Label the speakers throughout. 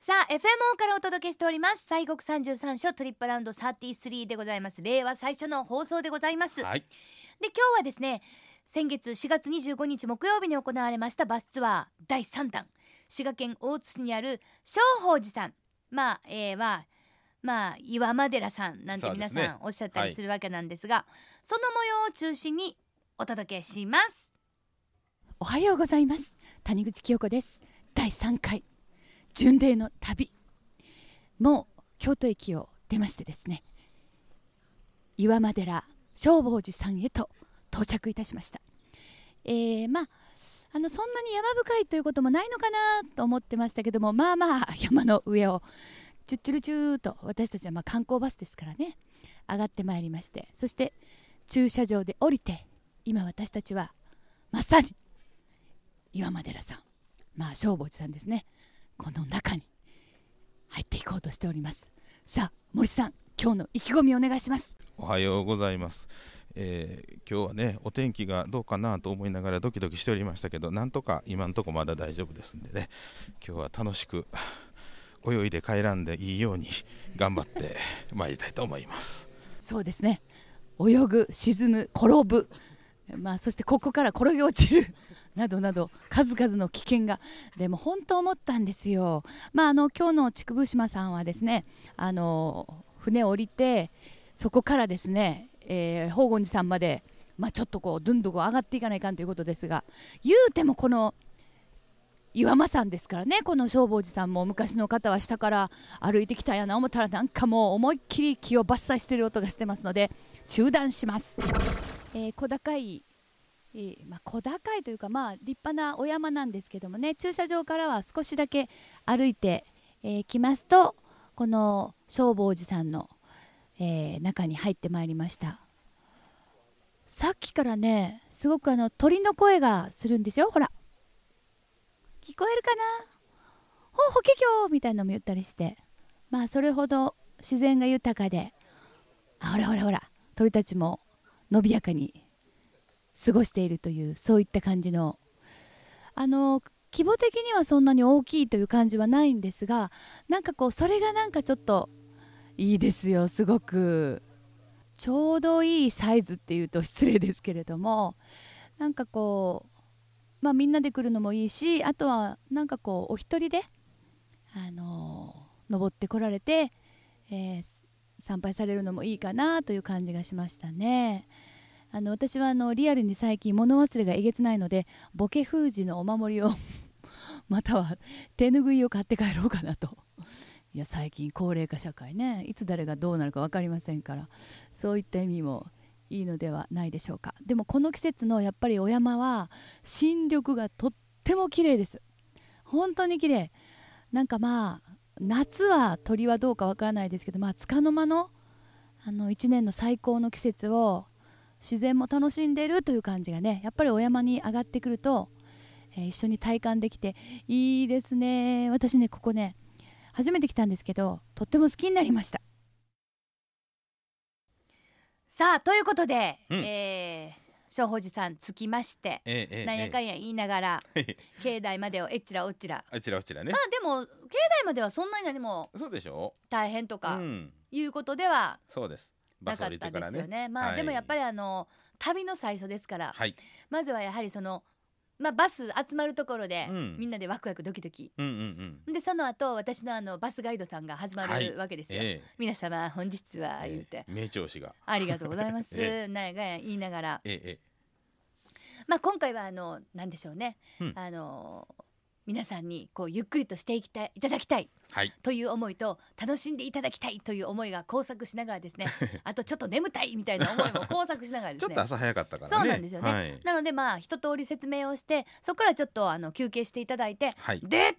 Speaker 1: さあ FMO からお届けしております西国三十三所トリップラウンド33でございます令和最初の放送でございます、
Speaker 2: はい
Speaker 1: で今日はですね先月4月25日木曜日に行われましたバスツアー第3弾滋賀県大津市にある正法寺さんまあ、えーはまあ岩間寺さんなんて
Speaker 2: そうで
Speaker 1: 皆
Speaker 2: すね
Speaker 1: さんおっしゃった
Speaker 2: は
Speaker 1: り
Speaker 2: い
Speaker 1: するわけなんですが、その模様を中心にお届けします
Speaker 3: おはようございます谷口清子です第3回巡礼の旅もう京都駅を出ましてですね岩間寺消防寺さんへと到着いたしましたえーまああのそんなに山深いということもないのかなと思ってましたけどもまあまあ山の上をチュッチュルチューと私たちはまあ観光バスですからね上がってまいりましてそして駐車場で降りて今私たちはまさに岩間寺さんまあ消防寺さんですねこの中に入っていこうとしておりますさあ森さん今日の意気込みお願いします
Speaker 4: おはようございます、えー今日はねお天気がどうかなと思いながらドキドキしておりましたけどなんとか今のとこまだ大丈夫ですんでね今日は楽しく泳いで帰らんでいいように頑張って参りたいと思います
Speaker 3: そうですね泳ぐ沈む転ぶまあそしてここから転げ落ちる などなど数々の危険がでも本当思ったんですよまああの今日の筑部島さんはですねあの船を降りてそこからですね、えー、宝厳寺さんまでまあちょっとこうどんどん上がっていかないかんということですが言うてもこの岩間さんですからねこの消防士さんも昔の方は下から歩いてきたんやな思ったらなんかもう思いっきり木を伐採してる音がしてますので中断します、えー小高い、えーまあ、小高いというかまあ立派なお山なんですけどもね駐車場からは少しだけ歩いてき、えー来ますとこの消防士さんの、えー中に入ってまいりましたさっきからねすごくあの鳥の声がするんですよほら聞こえるかなほうほけきょうみたいなのも言ったりしてまあそれほど自然が豊かであほらほらほら鳥たちも伸びやかに過ごしているというそういった感じのあの規模的にはそんなに大きいという感じはないんですがなんかこうそれがなんかちょっといいですよすごくちょうどいいサイズっていうと失礼ですけれどもなんかこうまあ、みんなで来るのもいいしあとはなんかこうお一人で、あのー登ってこられて、えー参拝されるのもいいかなという感じがしましたね。あの私はあのリアルに最近物忘れがえげつないのでボケ封じのお守りを または手拭いを買って帰ろうかなといや最近高齢化社会ねいつ誰がどうなるか分かりませんからそういった意味もいいのではないでしょうかでもこの季節のやっぱりお山は新緑がとっても綺麗です本当に綺麗なんかまあ夏は鳥はどうかわからないですけどまあ束の間のあの1年の最高の季節を自然も楽しんでるという感じがねやっぱりお山に上がってくると、えー一緒に体感できていいですね私ねここね初めて来たんですけどとっても好きになりました
Speaker 1: さあということで、
Speaker 2: うん
Speaker 1: えー正法寺さん着きまして、
Speaker 2: ええええ
Speaker 1: なんやかんや言いなが ら、
Speaker 2: ええ
Speaker 1: 境内までをえっちらおっち ら
Speaker 2: あちらあちらね
Speaker 1: まあでも境内まではそんなに何も
Speaker 2: そうでしょ
Speaker 1: 大変と
Speaker 2: う
Speaker 1: か
Speaker 2: ん
Speaker 1: いうことでは
Speaker 2: そうです
Speaker 1: な
Speaker 2: バス
Speaker 1: か
Speaker 2: 降
Speaker 1: っ
Speaker 2: り
Speaker 1: た
Speaker 2: て
Speaker 1: で
Speaker 2: から
Speaker 1: すよ
Speaker 2: ね
Speaker 1: ね。まあ
Speaker 2: はい
Speaker 1: でもやっぱりあの旅の最初ですから、
Speaker 2: はい
Speaker 1: まずはやはりそのまあバス集まるところで
Speaker 2: うん
Speaker 1: みんなでワクワクドキドキ。
Speaker 2: うんうんうん
Speaker 1: でその後私のあのバスガイドさんが始ま
Speaker 2: は
Speaker 1: る
Speaker 2: い
Speaker 1: わけですよ。
Speaker 2: え
Speaker 1: 皆様本日は
Speaker 2: え
Speaker 1: 言って、
Speaker 2: ええ名調子が
Speaker 1: ありがとうございます、
Speaker 2: え
Speaker 1: なんやかんや言いながら、
Speaker 2: ええええ
Speaker 1: まあ今回はあのなんでしょうね。
Speaker 2: うん
Speaker 1: あの皆さんにこうゆっくりとしていきたいいただきたい
Speaker 2: はい
Speaker 1: という思いと楽しんでいただきたいという思いが交錯しながらです ねあとちょっと眠たいみたいな思いも交錯しながらで
Speaker 2: ち
Speaker 1: す
Speaker 2: ょっと
Speaker 1: ね
Speaker 2: 朝早かったからね
Speaker 1: そうなんですよね
Speaker 2: はい
Speaker 1: なのでまあ一通り説明をしてそこからちょっとあの休憩していただいて
Speaker 2: はい
Speaker 1: で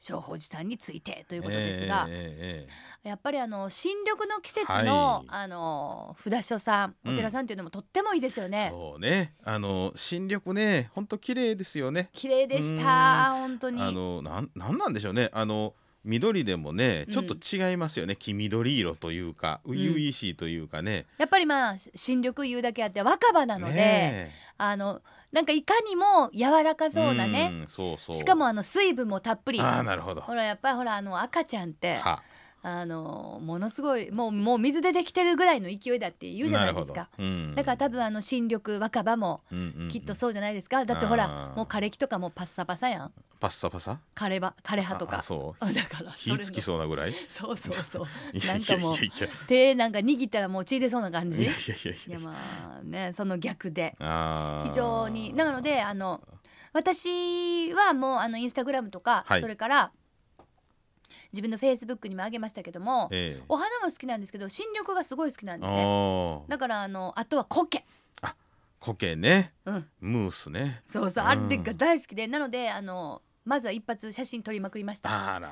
Speaker 1: 正法寺さんについてということですが、
Speaker 2: ええええええ
Speaker 1: やっぱりあの新緑の季節
Speaker 2: は
Speaker 1: の、
Speaker 2: い
Speaker 1: あの札所さんお寺さんっていうのもとってもいいですよね、
Speaker 2: そうねあの新緑ね本当綺麗ですよね
Speaker 1: 綺麗でし
Speaker 2: う
Speaker 1: た本当
Speaker 2: あ
Speaker 1: に
Speaker 2: のなんなんなんでしょうねあの緑でもね
Speaker 1: うん
Speaker 2: ちょっと違いますよね、黄緑色というか初々しいというかね,、
Speaker 1: やっぱりまあ新緑言うだけあって若葉なので、
Speaker 2: ね
Speaker 1: あのなんかいかにも柔らか
Speaker 2: え
Speaker 1: そうなね、
Speaker 2: んそうそう
Speaker 1: しかもあの水分もたっぷり
Speaker 2: ああなるほど
Speaker 1: ほらやっぱりほらあの赤ちゃんって
Speaker 2: は
Speaker 1: あのものすごいもうもう水でできてるぐらいの勢いだって言うじゃないですか、
Speaker 2: るほどうん
Speaker 1: だから多分あの新緑若葉も
Speaker 2: うんうんうん
Speaker 1: きっとそうじゃないですか、だってほら
Speaker 2: あー
Speaker 1: もう枯れ木とかもパッサパサやん
Speaker 2: パッサパサ
Speaker 1: 枯れ葉枯れ葉と
Speaker 2: あ
Speaker 1: か
Speaker 2: あそう
Speaker 1: だからそれ
Speaker 2: 火
Speaker 1: の
Speaker 2: つきそうなぐらい
Speaker 1: そうそうそう
Speaker 2: いや
Speaker 1: なんかもう
Speaker 2: いやいやい
Speaker 1: 手なんか握ったらもう血出そうな感
Speaker 2: や
Speaker 1: じい
Speaker 2: いやいやいや
Speaker 1: やまあねその逆で
Speaker 2: あー
Speaker 1: 非常になのであの私はもうあのインスタグラムとか、
Speaker 2: はい
Speaker 1: それから自分のフェイスブックにもあげましたけども
Speaker 2: ええ
Speaker 1: お花も好きなんですけど新緑がすごい好きなんですね
Speaker 2: ああ
Speaker 1: だからあのあとは苔
Speaker 2: 苔ね
Speaker 1: うん
Speaker 2: ムースね
Speaker 1: そうそう
Speaker 2: うん
Speaker 1: あれが大好きでなのであのまずは一発写真撮りまくりました
Speaker 2: あら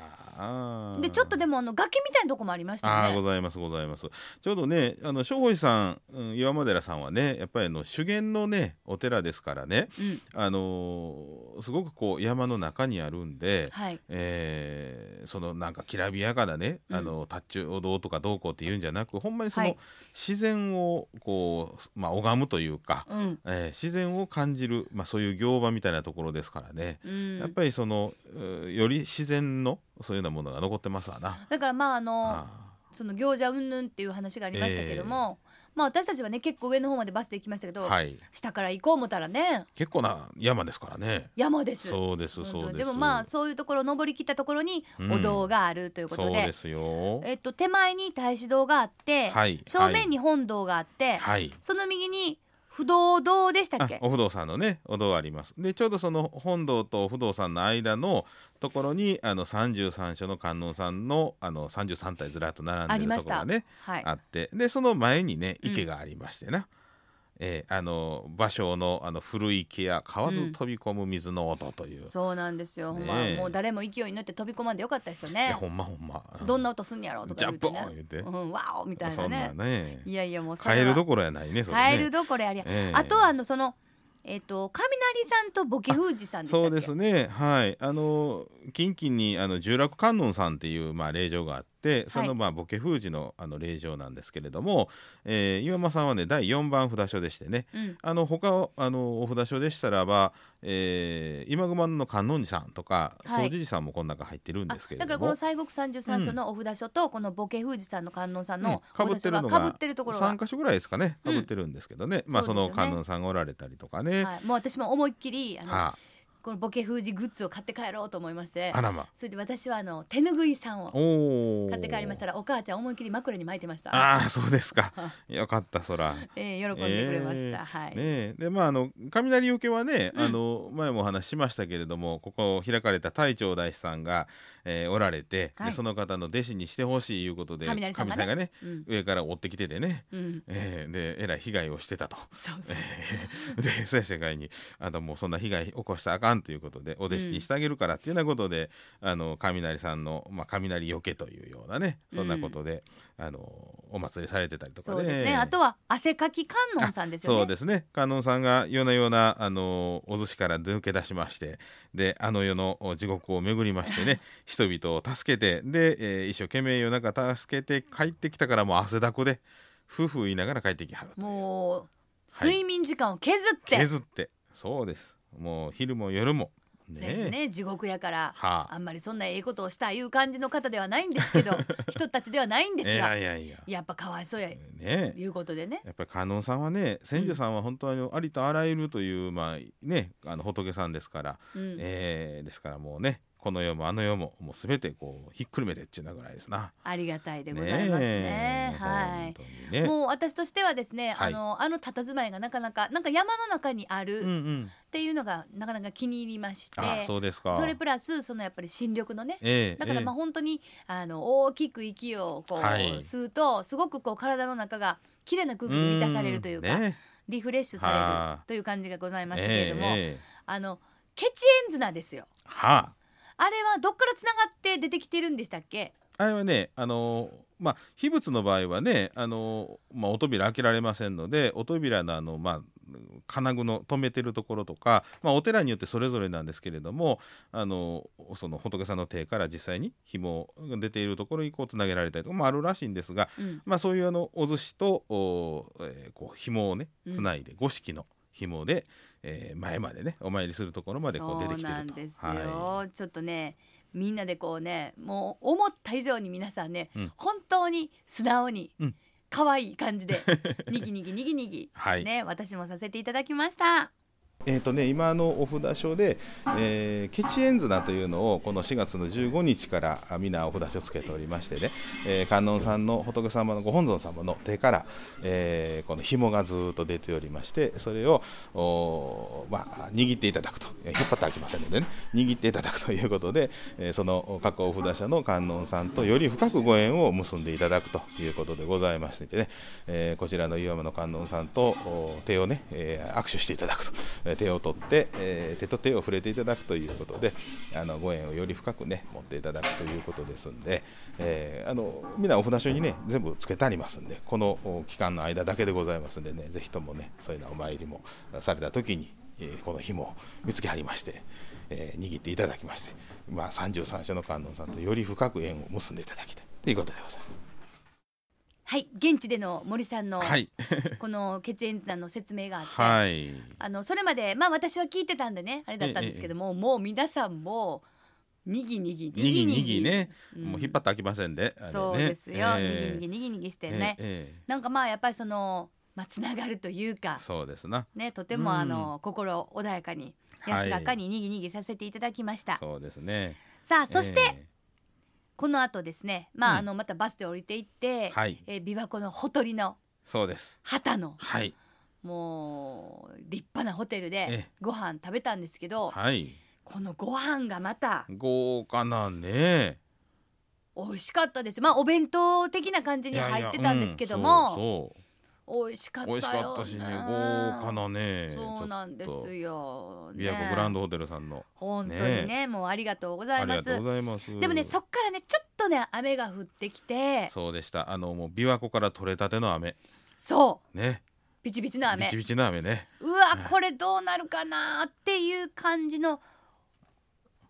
Speaker 1: でちょっとで
Speaker 2: も
Speaker 1: もあの崖みたいなとこもありました
Speaker 2: ああ
Speaker 1: よ
Speaker 2: ご
Speaker 1: ね
Speaker 2: ざいますございますちょうどねあの正法寺さん、うん、岩間寺さんはねやっぱりあの修験のねお寺ですからね
Speaker 1: うん
Speaker 2: あのーすごくこう山の中にあるんで、
Speaker 1: はい
Speaker 2: えーそのなんかきらびやかなね、
Speaker 1: うん
Speaker 2: あのタッチをどうとかどうこうっていうんじゃなくほんまにその、
Speaker 1: はい
Speaker 2: 自然をこう、まあ、拝むというか、
Speaker 1: うん
Speaker 2: えー自然を感じる、まあ、そういう行場みたいなところですからね、
Speaker 1: うん
Speaker 2: やっぱりそのうーより自然のそういうようなものが残ってますわな。
Speaker 1: だからまああの
Speaker 2: あ
Speaker 1: その行者云々っていう話がありましたけども、まあ私たちはね結構上の方までバスで行きましたけ
Speaker 2: あ
Speaker 1: ど、
Speaker 2: はい、
Speaker 1: 下から行こう思ったらね
Speaker 2: 結構な山ですからね。
Speaker 1: 山です
Speaker 2: そうです
Speaker 1: 本当に
Speaker 2: そうです。
Speaker 1: もまあそういうところ登り切ったところに
Speaker 2: うん
Speaker 1: お堂があるということ
Speaker 2: そう
Speaker 1: で,、
Speaker 2: ですよ。
Speaker 1: えっと、手前に太子堂があって、
Speaker 2: はい
Speaker 1: 正面に本堂があって、
Speaker 2: はい。
Speaker 1: その右に不動堂でしたっけ
Speaker 2: あお不動産のねお堂ありますでちょうどその本堂とお不動産の間のところにあの33所の観音さんのあの33体ずらっと並
Speaker 1: あ
Speaker 2: ん
Speaker 1: り
Speaker 2: で
Speaker 1: ま
Speaker 2: る
Speaker 1: し
Speaker 2: ところ
Speaker 1: た
Speaker 2: がね
Speaker 1: はい
Speaker 2: あってでその前にね
Speaker 1: うん
Speaker 2: 池がありましてな、えーあの芭蕉のあの古い池や川ず飛び込む水の音という、い
Speaker 1: そうなんですよ、ほん
Speaker 2: ね
Speaker 1: ま
Speaker 2: え
Speaker 1: もう誰も勢いに乗って飛び込まんでよかったですよね
Speaker 2: やほんまほんま、うん
Speaker 1: どんな音すんやろうと
Speaker 2: じ
Speaker 1: か
Speaker 2: ゃあ
Speaker 1: 言うてね
Speaker 2: ボーン言っ
Speaker 1: う
Speaker 2: て、
Speaker 1: ん、わおみたい
Speaker 2: そ
Speaker 1: なんね
Speaker 2: なね
Speaker 1: いやいやもうそれ
Speaker 2: 変
Speaker 1: は
Speaker 2: えるどころやないねそれね
Speaker 1: カエルどころやりゃ、
Speaker 2: ええ
Speaker 1: あとはあのそのえっ、と雷さんとボケ封じさんでしたっ
Speaker 2: そ
Speaker 1: け
Speaker 2: うですねはいあの近々にあの十楽観音さんっていう、まあ、霊場があってそ
Speaker 1: は
Speaker 2: の、
Speaker 1: い
Speaker 2: まあ、ボケ封じのあの霊場なんですけれども、えー岩間さんはね第4番札所でしてね
Speaker 1: うん
Speaker 2: あの他あのお札所でしたらば、えー今熊の観音寺さんとか
Speaker 1: はい
Speaker 2: 総持寺さんもこの中入ってるん
Speaker 1: あ
Speaker 2: ですけれ
Speaker 1: だか
Speaker 2: ど
Speaker 1: らこ
Speaker 2: も
Speaker 1: の。西国三十三所のお札所とこのボケ封じさんの観音さんの
Speaker 2: う
Speaker 1: お
Speaker 2: ん被っ
Speaker 1: 札所
Speaker 2: てる
Speaker 1: が
Speaker 2: の
Speaker 1: か
Speaker 2: が
Speaker 1: ぶってるところは
Speaker 2: 3、か所ぐらいですかね
Speaker 1: う
Speaker 2: か
Speaker 1: ん
Speaker 2: ぶってるんですけどね、まあ
Speaker 1: そ
Speaker 2: そう
Speaker 1: ですよ
Speaker 2: の
Speaker 1: ね
Speaker 2: 観音さんがおられたりとかね、
Speaker 1: はい、もう私も思いっきりあの、
Speaker 2: は
Speaker 1: このボケ封じグッズを買って帰ろうと思いまして
Speaker 2: あ、あらま
Speaker 1: それで私はあの手ぬぐいさんを
Speaker 2: おー
Speaker 1: 買って帰りましたらお母ちゃん思いっきり枕に巻いてました、
Speaker 2: ああそうで すかよかったそら
Speaker 1: えー、喜んでくれました、
Speaker 2: えー
Speaker 1: はい、
Speaker 2: ねえでまああの雷よけはね、
Speaker 1: うん
Speaker 2: あの前もお話ししましたけれどもここを開かれた太長大師さんが、えーおられて、
Speaker 1: はい
Speaker 2: でその方の弟子にしてほしいいうことで
Speaker 1: 雷さんがね
Speaker 2: 神ね
Speaker 1: うん、
Speaker 2: 上から追ってきててね、
Speaker 1: うん、
Speaker 2: えーでえらい被害をしてたと。
Speaker 1: そうそう
Speaker 2: えーで そうや世界にあのもうそんな被害起こしたらあかんということでお弟子にしてあげるからっていうようなことで、あの雷さんの、まあ、雷よけというようなねそんなことで、あのお祭りされてたりとか
Speaker 1: そうですねあとは汗かき観音さんですよね
Speaker 2: そうですね観音さんが夜な夜なあのお寿司から抜け出しましてであの世のお地獄を巡りまし てね人々を助けてで、えー一生懸命夜中助けて帰ってきたからもう汗だくで夫婦言いながら帰ってきはる
Speaker 1: もう
Speaker 2: はい
Speaker 1: 睡眠時間を削って、
Speaker 2: 削ってそうですもう昼も夜もね
Speaker 1: そうですね地獄やから
Speaker 2: は
Speaker 1: あ
Speaker 2: あ
Speaker 1: んまりそんなええことをしたいう感じの方ではないんですけ ど人たちではないんです
Speaker 2: え
Speaker 1: が、
Speaker 2: いやいや
Speaker 1: やっぱかわいそうや
Speaker 2: ねえ
Speaker 1: いうことでね
Speaker 2: やっぱり観音さんはね千住さんは本当にありとあらゆるという、まあねあの仏さんですから
Speaker 1: うん
Speaker 2: えーですからもうねこの世もあの世ももうすべてこうひっくるめてっていうなぐらいですな。
Speaker 1: ありがたいでございますね
Speaker 2: え
Speaker 1: は
Speaker 2: 本
Speaker 1: い
Speaker 2: 当にね。
Speaker 1: もう私としてはですね、
Speaker 2: はい
Speaker 1: あのあの佇まいがなかなかなんか山の中にあ
Speaker 2: うんう
Speaker 1: るっ
Speaker 2: ん。
Speaker 1: ていうのがなかなか気に入りまして、
Speaker 2: あ、そうですか。
Speaker 1: それプラスそのやっぱり新緑のね
Speaker 2: ええ
Speaker 1: だからまあ
Speaker 2: え
Speaker 1: 本当にあの大きく息をこう
Speaker 2: はい
Speaker 1: 吸うとすごくこう体の中が綺麗な
Speaker 2: え
Speaker 1: 空気に満たされるというか
Speaker 2: んね
Speaker 1: リフレッシュされ
Speaker 2: はあ
Speaker 1: るという感じがございましたけれ
Speaker 2: え
Speaker 1: ど
Speaker 2: え
Speaker 1: も
Speaker 2: ええ
Speaker 1: あのケチエンズナですよ
Speaker 2: はあ。
Speaker 1: あれはどっからつながって出てきてるんでしたっけ
Speaker 2: あれはね、あのまあ、秘仏の場合はね、あのまあ、お扉開けられませんのでお扉のあの、まあ、
Speaker 5: 金具の止めてるところとか、まあ、お寺によってそれぞれなんですけれどもあのその仏さんの手から実際に紐が出ているところにこうつなげられたりとかもあるらしいんですが、
Speaker 1: うん
Speaker 5: まあ、そういうあのお寿司とお、えーこう紐をね
Speaker 1: うん
Speaker 5: つないで五色の紐で、えー前までねお参りするところまでこう出てきてると。
Speaker 1: そうなんですよ、
Speaker 5: は
Speaker 1: ちょっとねみんなでこうねもう思った以上に皆さんね、
Speaker 5: うん
Speaker 1: 本当に素直に、
Speaker 5: うん
Speaker 1: 可愛い感じ でにぎにぎにぎにぎ、
Speaker 5: はい
Speaker 1: ね私もさせていただきました
Speaker 2: えーとね、今あのお札書で、えーケチエンズナというのをこの4月の15日からあ皆お札書つけておりましてね、えー観音さんの仏様のご本尊様の手から、えーこの紐がずーっと出ておりましてそれをおー、まあ、握っていただくとえー引っ張ってはいきませんのでね握っていただくということで、えーその各お札書の観音さんとより深くご縁を結んでいただくということでございましてね、えーこちらの岩間の観音さんとお手をね、えー握手していただくと、えー手を取って、えー手と手を触れていただくということであのご縁をより深くね持っていただくということですんで、えーあの皆お札所にね全部つけてありますんでこのお期間の間だけでございますんでねぜひともねそういうのお参りもされた時に、えーこの紐を見つけはりまして。えー握っていただきまして、まあ、33社の観音さんとより深く縁を結んでいただきたいということでございます。
Speaker 1: はい現地での森さんの、
Speaker 5: はい、
Speaker 1: この血縁談の説明があって、
Speaker 5: はい、
Speaker 1: あのそれまでまあ私は聞いてたんでねあれだったんですけども、もう皆さんもうにぎにぎ
Speaker 5: にぎにぎね、
Speaker 1: うん
Speaker 5: もう引っ張ってあきませんで、あれね
Speaker 1: そうですよ、
Speaker 5: えー
Speaker 1: にぎにぎにぎにぎしてね、
Speaker 5: えええ
Speaker 1: なんかまあやっぱりそのまあつながるという
Speaker 5: え
Speaker 1: か
Speaker 5: そうですな。
Speaker 1: ねとてもあの、心穏やかに
Speaker 5: はい
Speaker 1: 安らかににぎにぎさせていただきました、
Speaker 5: そうですね。
Speaker 1: さあそして、
Speaker 5: え
Speaker 1: この後ですねまあ、
Speaker 5: うん
Speaker 1: あのまたバスで降りていって、
Speaker 5: えはい、
Speaker 1: えー琵琶湖のほとりの
Speaker 5: そうです。
Speaker 1: 旗の
Speaker 5: はい、
Speaker 1: もう立派なホテル
Speaker 5: え
Speaker 1: で
Speaker 5: え
Speaker 1: ご飯食べたんですけど、
Speaker 5: はい、
Speaker 1: このご飯がまた
Speaker 5: 豪華なね。
Speaker 1: 美味しかったですまあお弁当的な感じに入ってたんですけども
Speaker 5: も、
Speaker 1: 美味しか
Speaker 5: そ
Speaker 1: っ
Speaker 5: う
Speaker 1: た
Speaker 5: そう、美
Speaker 1: よ
Speaker 5: 味しかったしね、豪華なね。
Speaker 1: そうなんですよ、
Speaker 5: よ。
Speaker 1: ね、
Speaker 5: 琵琶湖グランドホテルさんの、
Speaker 1: 本当にねもうありがとうござ
Speaker 5: あ
Speaker 1: い
Speaker 5: り
Speaker 1: ま
Speaker 5: が
Speaker 1: す
Speaker 5: とうございます。
Speaker 1: でもねそっからねちょっとね雨が降ってきて
Speaker 5: そうでした。あのもう琵琶湖から取れたての雨
Speaker 1: そう
Speaker 5: ね、
Speaker 1: ビチビチの雨
Speaker 5: ビチビチの雨ね。
Speaker 1: うわこれどうなるかなっていう感じの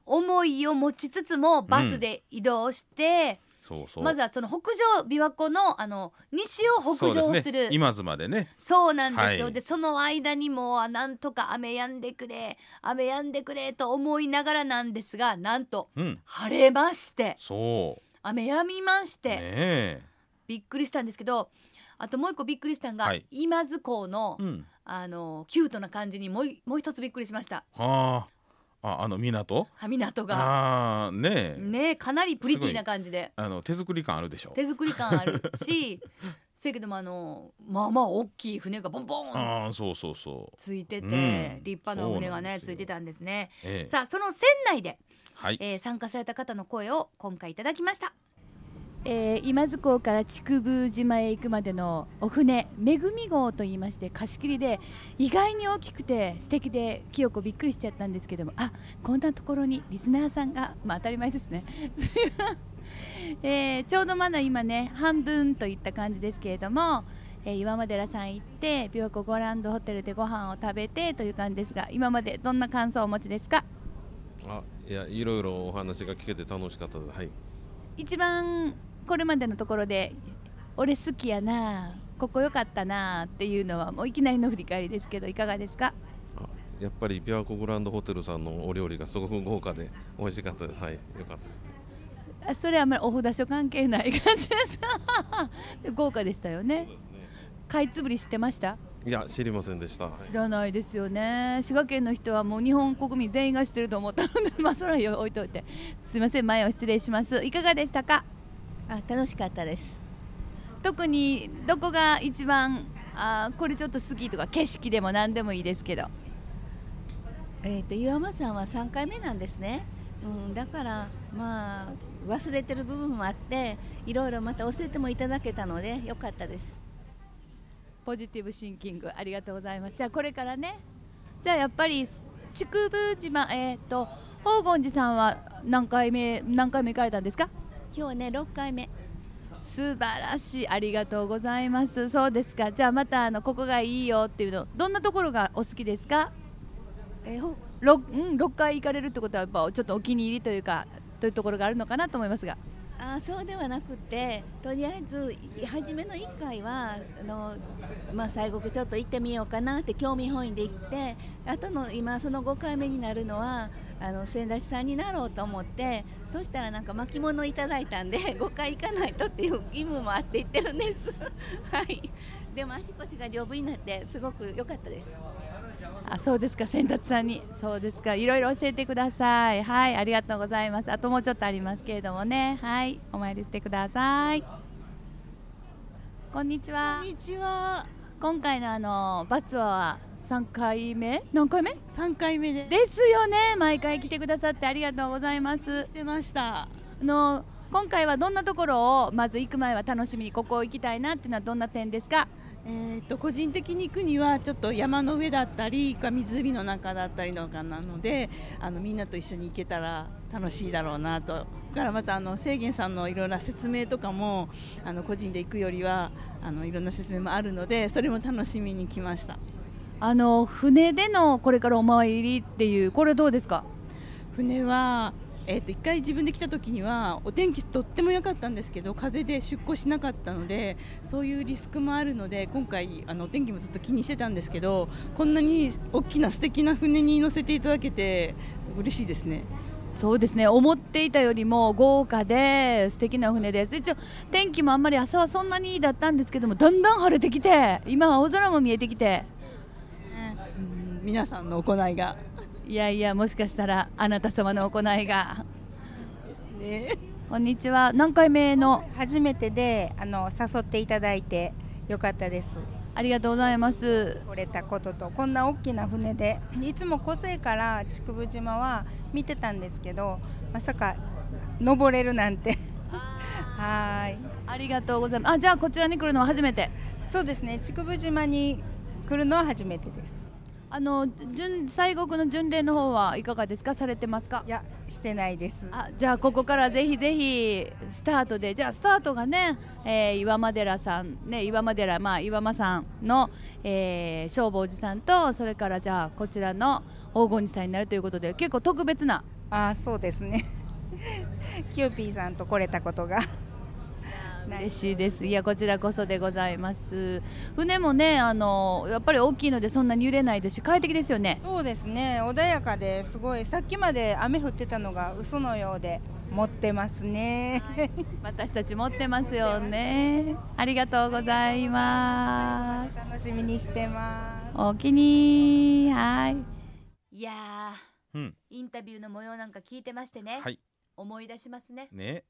Speaker 1: 思いを持ちつつもバスで移動して、
Speaker 5: そうそう。
Speaker 1: まずはその北上琵琶湖のあの西を北
Speaker 5: そう
Speaker 1: 上
Speaker 5: ですね
Speaker 1: る。
Speaker 5: 今津までね。
Speaker 1: そうなんですよ、
Speaker 5: はい
Speaker 1: でその間にもあなんとか雨止んでくれ雨止んでくれと思いながらなんですがなんと
Speaker 5: うん、
Speaker 1: 晴れまして
Speaker 5: そう。
Speaker 1: 雨止みまして、
Speaker 5: ねえ、
Speaker 1: びっくりしたんですけどあともう一個びっくりしたのが、
Speaker 5: はい
Speaker 1: 今津港の、
Speaker 5: うん、
Speaker 1: あのキュートな感じにもういもう一つびっくりしました
Speaker 5: はあ、ああの港。
Speaker 1: は港が
Speaker 5: ああーねえ、
Speaker 1: ねかなりプリティな感じで
Speaker 5: あの手作り感あるでしょ。
Speaker 1: 手作り感ある しせやけどもあのまあまあ大きい船がボンボン
Speaker 5: ああそうそうそう。
Speaker 1: ついてて、
Speaker 5: うん
Speaker 1: 立派なお船が
Speaker 5: そうなん
Speaker 1: ね
Speaker 5: です
Speaker 1: つ
Speaker 5: よ
Speaker 1: いてたんですね
Speaker 5: ええ、
Speaker 1: さあその船内で
Speaker 5: はい。
Speaker 1: えー参加された方の声を今回いただきました
Speaker 3: えー今津港から竹生島へ行くまでのお船恵み号といいまして貸し切りで意外に大きくて素敵で清子びっくりしちゃったんですけどもあこんなところにリスナーさんが、まあ、当たり前ですね、 えーちょうどまだ今ね半分といった感じですけれども、えー岩間寺さん行って琵琶湖ゴランドホテルでご飯を食べてという感じですが今までどんな感想をお持ちですか
Speaker 6: あいやいろいろお話が聞けて楽しかったですはい
Speaker 3: 一番これまでのところで俺好きやなここ良かったなっていうのはもういきなりの振り返りですけどいかがですか
Speaker 6: あやっぱり琵琶湖グランドホテルさんのお料理がすごく豪華で美味しかったですはいよかったです
Speaker 3: あそれはあんまりお札所関係ない感じです 豪華でしたよね買いつぶりしてました
Speaker 6: いや知りませんでした、はい
Speaker 3: 知らないですよね滋賀県の人はもう日本国民全員が知ってると思ったので まあそれは置いといてすいません前を失礼しますいかがでしたか
Speaker 7: あ楽しかったです
Speaker 3: 特にどこが一番あこれちょっと好きとか景色でも何でもいいですけど
Speaker 7: えっ、と岩間さんは3回目なんですねうんだからまあ忘れてる部分もあっていろいろまた教えてもいただけたので良かったです
Speaker 3: ポジティブシンキングありがとうございますじゃあこれからねじゃあやっぱり竹生島えっ、と宝厳寺さんは何回目何回目行かれたんですか
Speaker 7: 今日はね6回目
Speaker 3: 素晴らしいありがとうございますそうですかじゃあまたあのここがいいよっていうのどんなところがお好きですか
Speaker 7: えーほ
Speaker 3: 6,、うん、六回行かれるってことはやっぱちょっとお気に入りというかというところがあるのかなと思いますが
Speaker 7: あーそうではなくてとりあえずい初めの1回はあの、まあ、西国ちょっと行ってみようかなって興味本位で行ってあとの今その5回目になるのはあの先立ちさんになろうと思ってそしたらなんか巻物いただいたんで5回行かないとっていう義務もあって行ってるんですはいでも足腰が丈夫になってすごく良かったです
Speaker 3: あそうですか先達さんにそうですかいろいろ教えてくださいはいありがとうございますあともうちょっとありますけれどもねはいお参りしてくださいこんにちは
Speaker 8: こんにちは。
Speaker 3: 今回のあのバツは3回目何回目
Speaker 8: 三回目で。
Speaker 3: ですよね毎回来てくださってありがとうございます
Speaker 8: してました。
Speaker 3: あの今回はどんなところをまず行く前は楽しみにここ行きたいなっていうのはどんな点ですか
Speaker 8: えっ、と個人的に行くにはちょっと山の上だったり、か湖の中だったりのかなので、あのみんなと一緒に行けたら楽しいだろうなと。だからまたあの制限さんのいろんな説明とかもあの個人で行くよりはあのいろんな説明もあるので、それも楽しみに来ました。
Speaker 3: あの船でのこれからお参りっていうこれどうですか
Speaker 8: 船は、えー、と1回自分で来た時にはお天気とっても良かったんですけど風で出航しなかったのでそういうリスクもあるので今回あのお天気もずっと気にしてたんですけどこんなに大きな素敵な船に乗せていただけて嬉しいですね。
Speaker 3: そうですね思っていたよりも豪華で素敵なお船ですで一応天気もあんまり朝はそんなにいいだったんですけどもだんだん晴れてきて今は青空も見えてきて
Speaker 8: うん皆さんの行いが
Speaker 3: いやいやもしかしたらあなた様の行いが
Speaker 8: ね
Speaker 3: こんにちは何回目の
Speaker 9: 初めてであの誘っていただいてよかったです
Speaker 3: ありがとうございます
Speaker 9: 来れたこととこんな大きな船でいつも個性から竹生島は見てたんですけどまさか登れるなんてはーい
Speaker 3: ありがとうございますあじゃあこちらに来るのは初めて
Speaker 9: そうですね竹生島に来るのは初めてです
Speaker 3: あの巡西国の巡礼の方はいかがですかされてますか
Speaker 9: いやしてないです
Speaker 3: あじゃあここからぜひぜひスタートでじゃあスタートがね、えー岩間寺さんね岩間寺まあ岩間さんの、えー、消防寺さんとそれからじゃあこちらの黄金寺さんになるということで結構特別な
Speaker 9: あそうですね キューピーさんと来れたことがない
Speaker 3: 嬉しいですいやこちらこそでございます船もねあのやっぱり大きいのでそんなに揺れないですし快適ですよね
Speaker 9: そうですね穏やかですごいさっきまで雨降ってたのが嘘のようで持ってますね、
Speaker 3: 私たち持ってますよねありがとうございます
Speaker 9: 楽しみにしてます
Speaker 3: おおきにはい
Speaker 1: いやー、
Speaker 2: うん
Speaker 1: インタビューの模様なんか聞いてましてね、
Speaker 2: はい
Speaker 1: 思い出しますね
Speaker 2: ね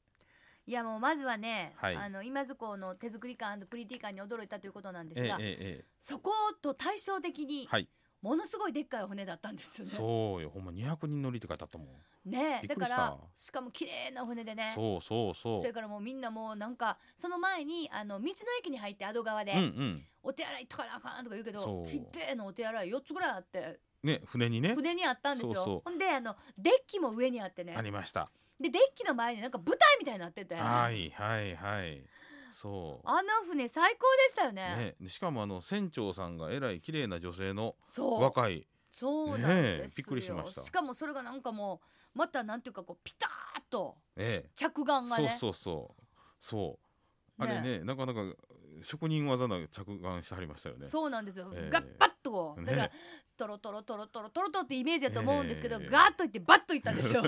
Speaker 1: いやもうまずはね、
Speaker 2: はい
Speaker 1: あの今津港の手作り感プリティ感に驚いたということなんで
Speaker 2: え
Speaker 1: す
Speaker 2: え
Speaker 1: が、
Speaker 2: え
Speaker 1: そこと対照的に、
Speaker 2: はい
Speaker 1: ものすごいでっかいお船だったんです
Speaker 2: え
Speaker 1: よね。
Speaker 2: そうよほんま200人乗りって書いてあったもん
Speaker 1: ね
Speaker 2: びっ
Speaker 1: だ
Speaker 2: く
Speaker 1: か
Speaker 2: りした
Speaker 1: らしかも綺麗なお船でね
Speaker 2: そうそうそう
Speaker 1: それからもうみんなもうなんかその前にあの道の駅に入ってアド川で、
Speaker 2: うんうん
Speaker 1: お手洗いとかなあかんとか言うけ
Speaker 2: そ
Speaker 1: ど
Speaker 2: う
Speaker 1: きれいなお手洗い4つぐらいあって
Speaker 2: ね船にね
Speaker 1: 船にあったんですよ
Speaker 2: そうそう
Speaker 1: ほんであのデッキも上にあってね
Speaker 2: ありました
Speaker 1: でデッキの前になんか舞台みたいになっててあ
Speaker 2: はいはいはいそう
Speaker 1: の船最高でしたよね
Speaker 2: ねでしかもあの船長さんがえらい綺麗な女性の
Speaker 1: そう
Speaker 2: 若い
Speaker 1: そうなんですよ、
Speaker 2: ねえびっくりしました
Speaker 1: しかもそれがなんかもうまたなんていうかこうピターッと
Speaker 2: ええ
Speaker 1: 着眼が
Speaker 2: そう
Speaker 1: ね
Speaker 2: そうそうそうあ
Speaker 1: ね
Speaker 2: れねなかなか職人技の着眼してはりましたよね
Speaker 1: そうなんですよ、
Speaker 2: ええ
Speaker 1: ガッパッとこう
Speaker 2: ね
Speaker 1: だから、トロトロトロトロトロトロってイメージだと思うんですけど、
Speaker 2: ええ
Speaker 1: ガーッといってバッといったんですよ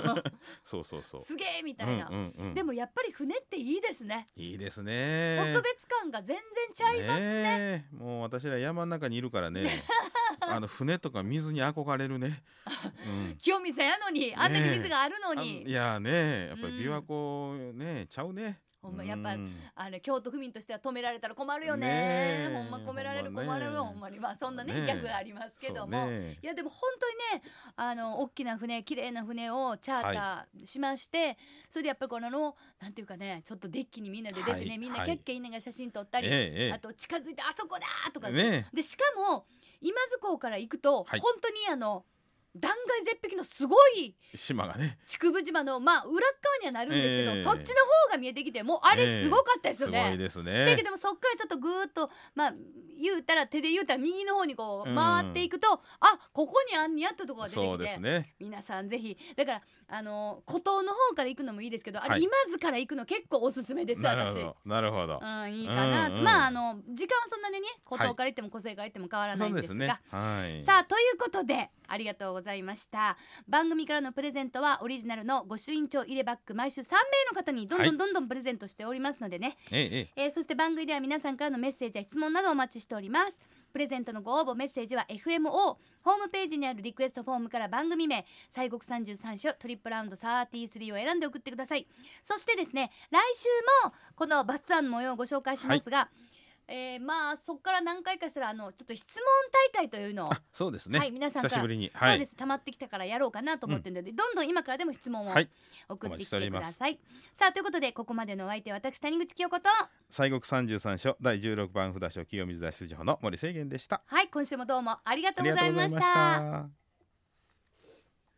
Speaker 2: そうそうそう
Speaker 1: すげえみたいな、
Speaker 2: うんうんうん、
Speaker 1: でもやっぱり船っていいですね、
Speaker 2: いいですね
Speaker 1: 特別感が全然ちゃいますね
Speaker 2: ねえもう私ら山の中にいる からねあの船とか水に憧れるね、うん
Speaker 1: 清水さんやのにあんだけ
Speaker 2: ねえ
Speaker 1: 水があるの
Speaker 2: あん
Speaker 1: に、
Speaker 2: いやねやっぱ
Speaker 1: う
Speaker 2: り
Speaker 1: ん
Speaker 2: 琵琶湖ね、ちゃうね
Speaker 1: ほんまやっぱ
Speaker 2: うん
Speaker 1: あれ京都府民としては止められたら困るよね
Speaker 2: ねえ
Speaker 1: ほんま込められる
Speaker 2: ほんま
Speaker 1: 困
Speaker 2: ね
Speaker 1: るよほんまにまあそんなね
Speaker 2: ねえ
Speaker 1: ギャグがありますけども、
Speaker 2: そうね
Speaker 1: いやでも本当にねあの大きな船綺麗な船をチャーターしまして、それでやっぱりこのあのなんていうかねちょっとデッキにみんなで出てね、
Speaker 2: はい
Speaker 1: みんな
Speaker 2: はい
Speaker 1: キャッキャ言いながら写真撮ったり、
Speaker 2: ええ
Speaker 1: あと近づいてあそこだとか、
Speaker 2: ええね
Speaker 1: でしかも今津港から行くと、
Speaker 2: はい
Speaker 1: 本当にあの断崖絶壁のすごい
Speaker 2: 島がね
Speaker 1: 竹生島のまあ裏っ側にはなるんですけど、
Speaker 2: ええ
Speaker 1: そっちの方が見えてきてもうあれすごかったです
Speaker 2: す
Speaker 1: よ
Speaker 2: ご
Speaker 1: ね。
Speaker 2: いです
Speaker 1: だ
Speaker 2: ね
Speaker 1: けどもそっからちょっとぐーっとまあ言うたら手で言うたら右の方にこ
Speaker 2: う
Speaker 1: うん回っていくと、あここにあんにやっととこが出て
Speaker 2: そう
Speaker 1: き
Speaker 2: です
Speaker 1: て、
Speaker 2: ね
Speaker 1: 皆さんぜひだからあの孤島の方から行くのもいいですけどあれ、
Speaker 2: はい
Speaker 1: 今津から行くの結構おすすめです
Speaker 2: なるほ
Speaker 1: 私。
Speaker 2: どなるほど
Speaker 1: うん、いいかなと、
Speaker 2: うんうん
Speaker 1: まああの時間はそんなにね孤島から行っても個性から行っても変わらな
Speaker 2: そ
Speaker 1: いん
Speaker 2: う
Speaker 1: で
Speaker 2: ですす
Speaker 1: が
Speaker 2: ねはい
Speaker 1: さあということでありがとうございました番組からのプレゼントはオリジナルの御朱印帳入れバッグ毎週3名の方にどんど
Speaker 2: は
Speaker 1: ん
Speaker 2: い
Speaker 1: どんどんプレゼントしておりますのでね、
Speaker 2: ええええ
Speaker 1: えーそして番組では皆さんからのメッセージや質問などお待ちしておりますプレゼントのご応募メッセージは FMO ホームページにあるリクエストフォームから番組名「西国33所トリップラウンド33」を選んで送ってくださいそしてですね来週もこのバツアンの模様をご紹介しますが、えーまあそこから何回かしたらあのちょっと質問大会というのを
Speaker 2: あそうですね
Speaker 1: はい皆さんから
Speaker 2: 久しぶりに
Speaker 1: そ
Speaker 2: は
Speaker 1: うで
Speaker 2: い
Speaker 1: す溜まってきたからやろうかなと思ってるので、どんどん今からでも質問を
Speaker 2: はい
Speaker 1: 送って
Speaker 2: お待
Speaker 1: き
Speaker 2: ちしてお
Speaker 1: て
Speaker 2: り
Speaker 1: く
Speaker 2: ま
Speaker 1: だ
Speaker 2: す
Speaker 1: さい、さあということでここまでのお相手は私谷口清子と
Speaker 2: 西国三十三所第十六番札所清水田出場の森清源でした
Speaker 1: はい今週もどうもありがと
Speaker 2: あ
Speaker 1: う
Speaker 2: り
Speaker 1: ご
Speaker 2: がと
Speaker 1: ざ
Speaker 2: う
Speaker 1: い
Speaker 2: ござ
Speaker 1: ま
Speaker 2: い
Speaker 1: し
Speaker 2: ましたた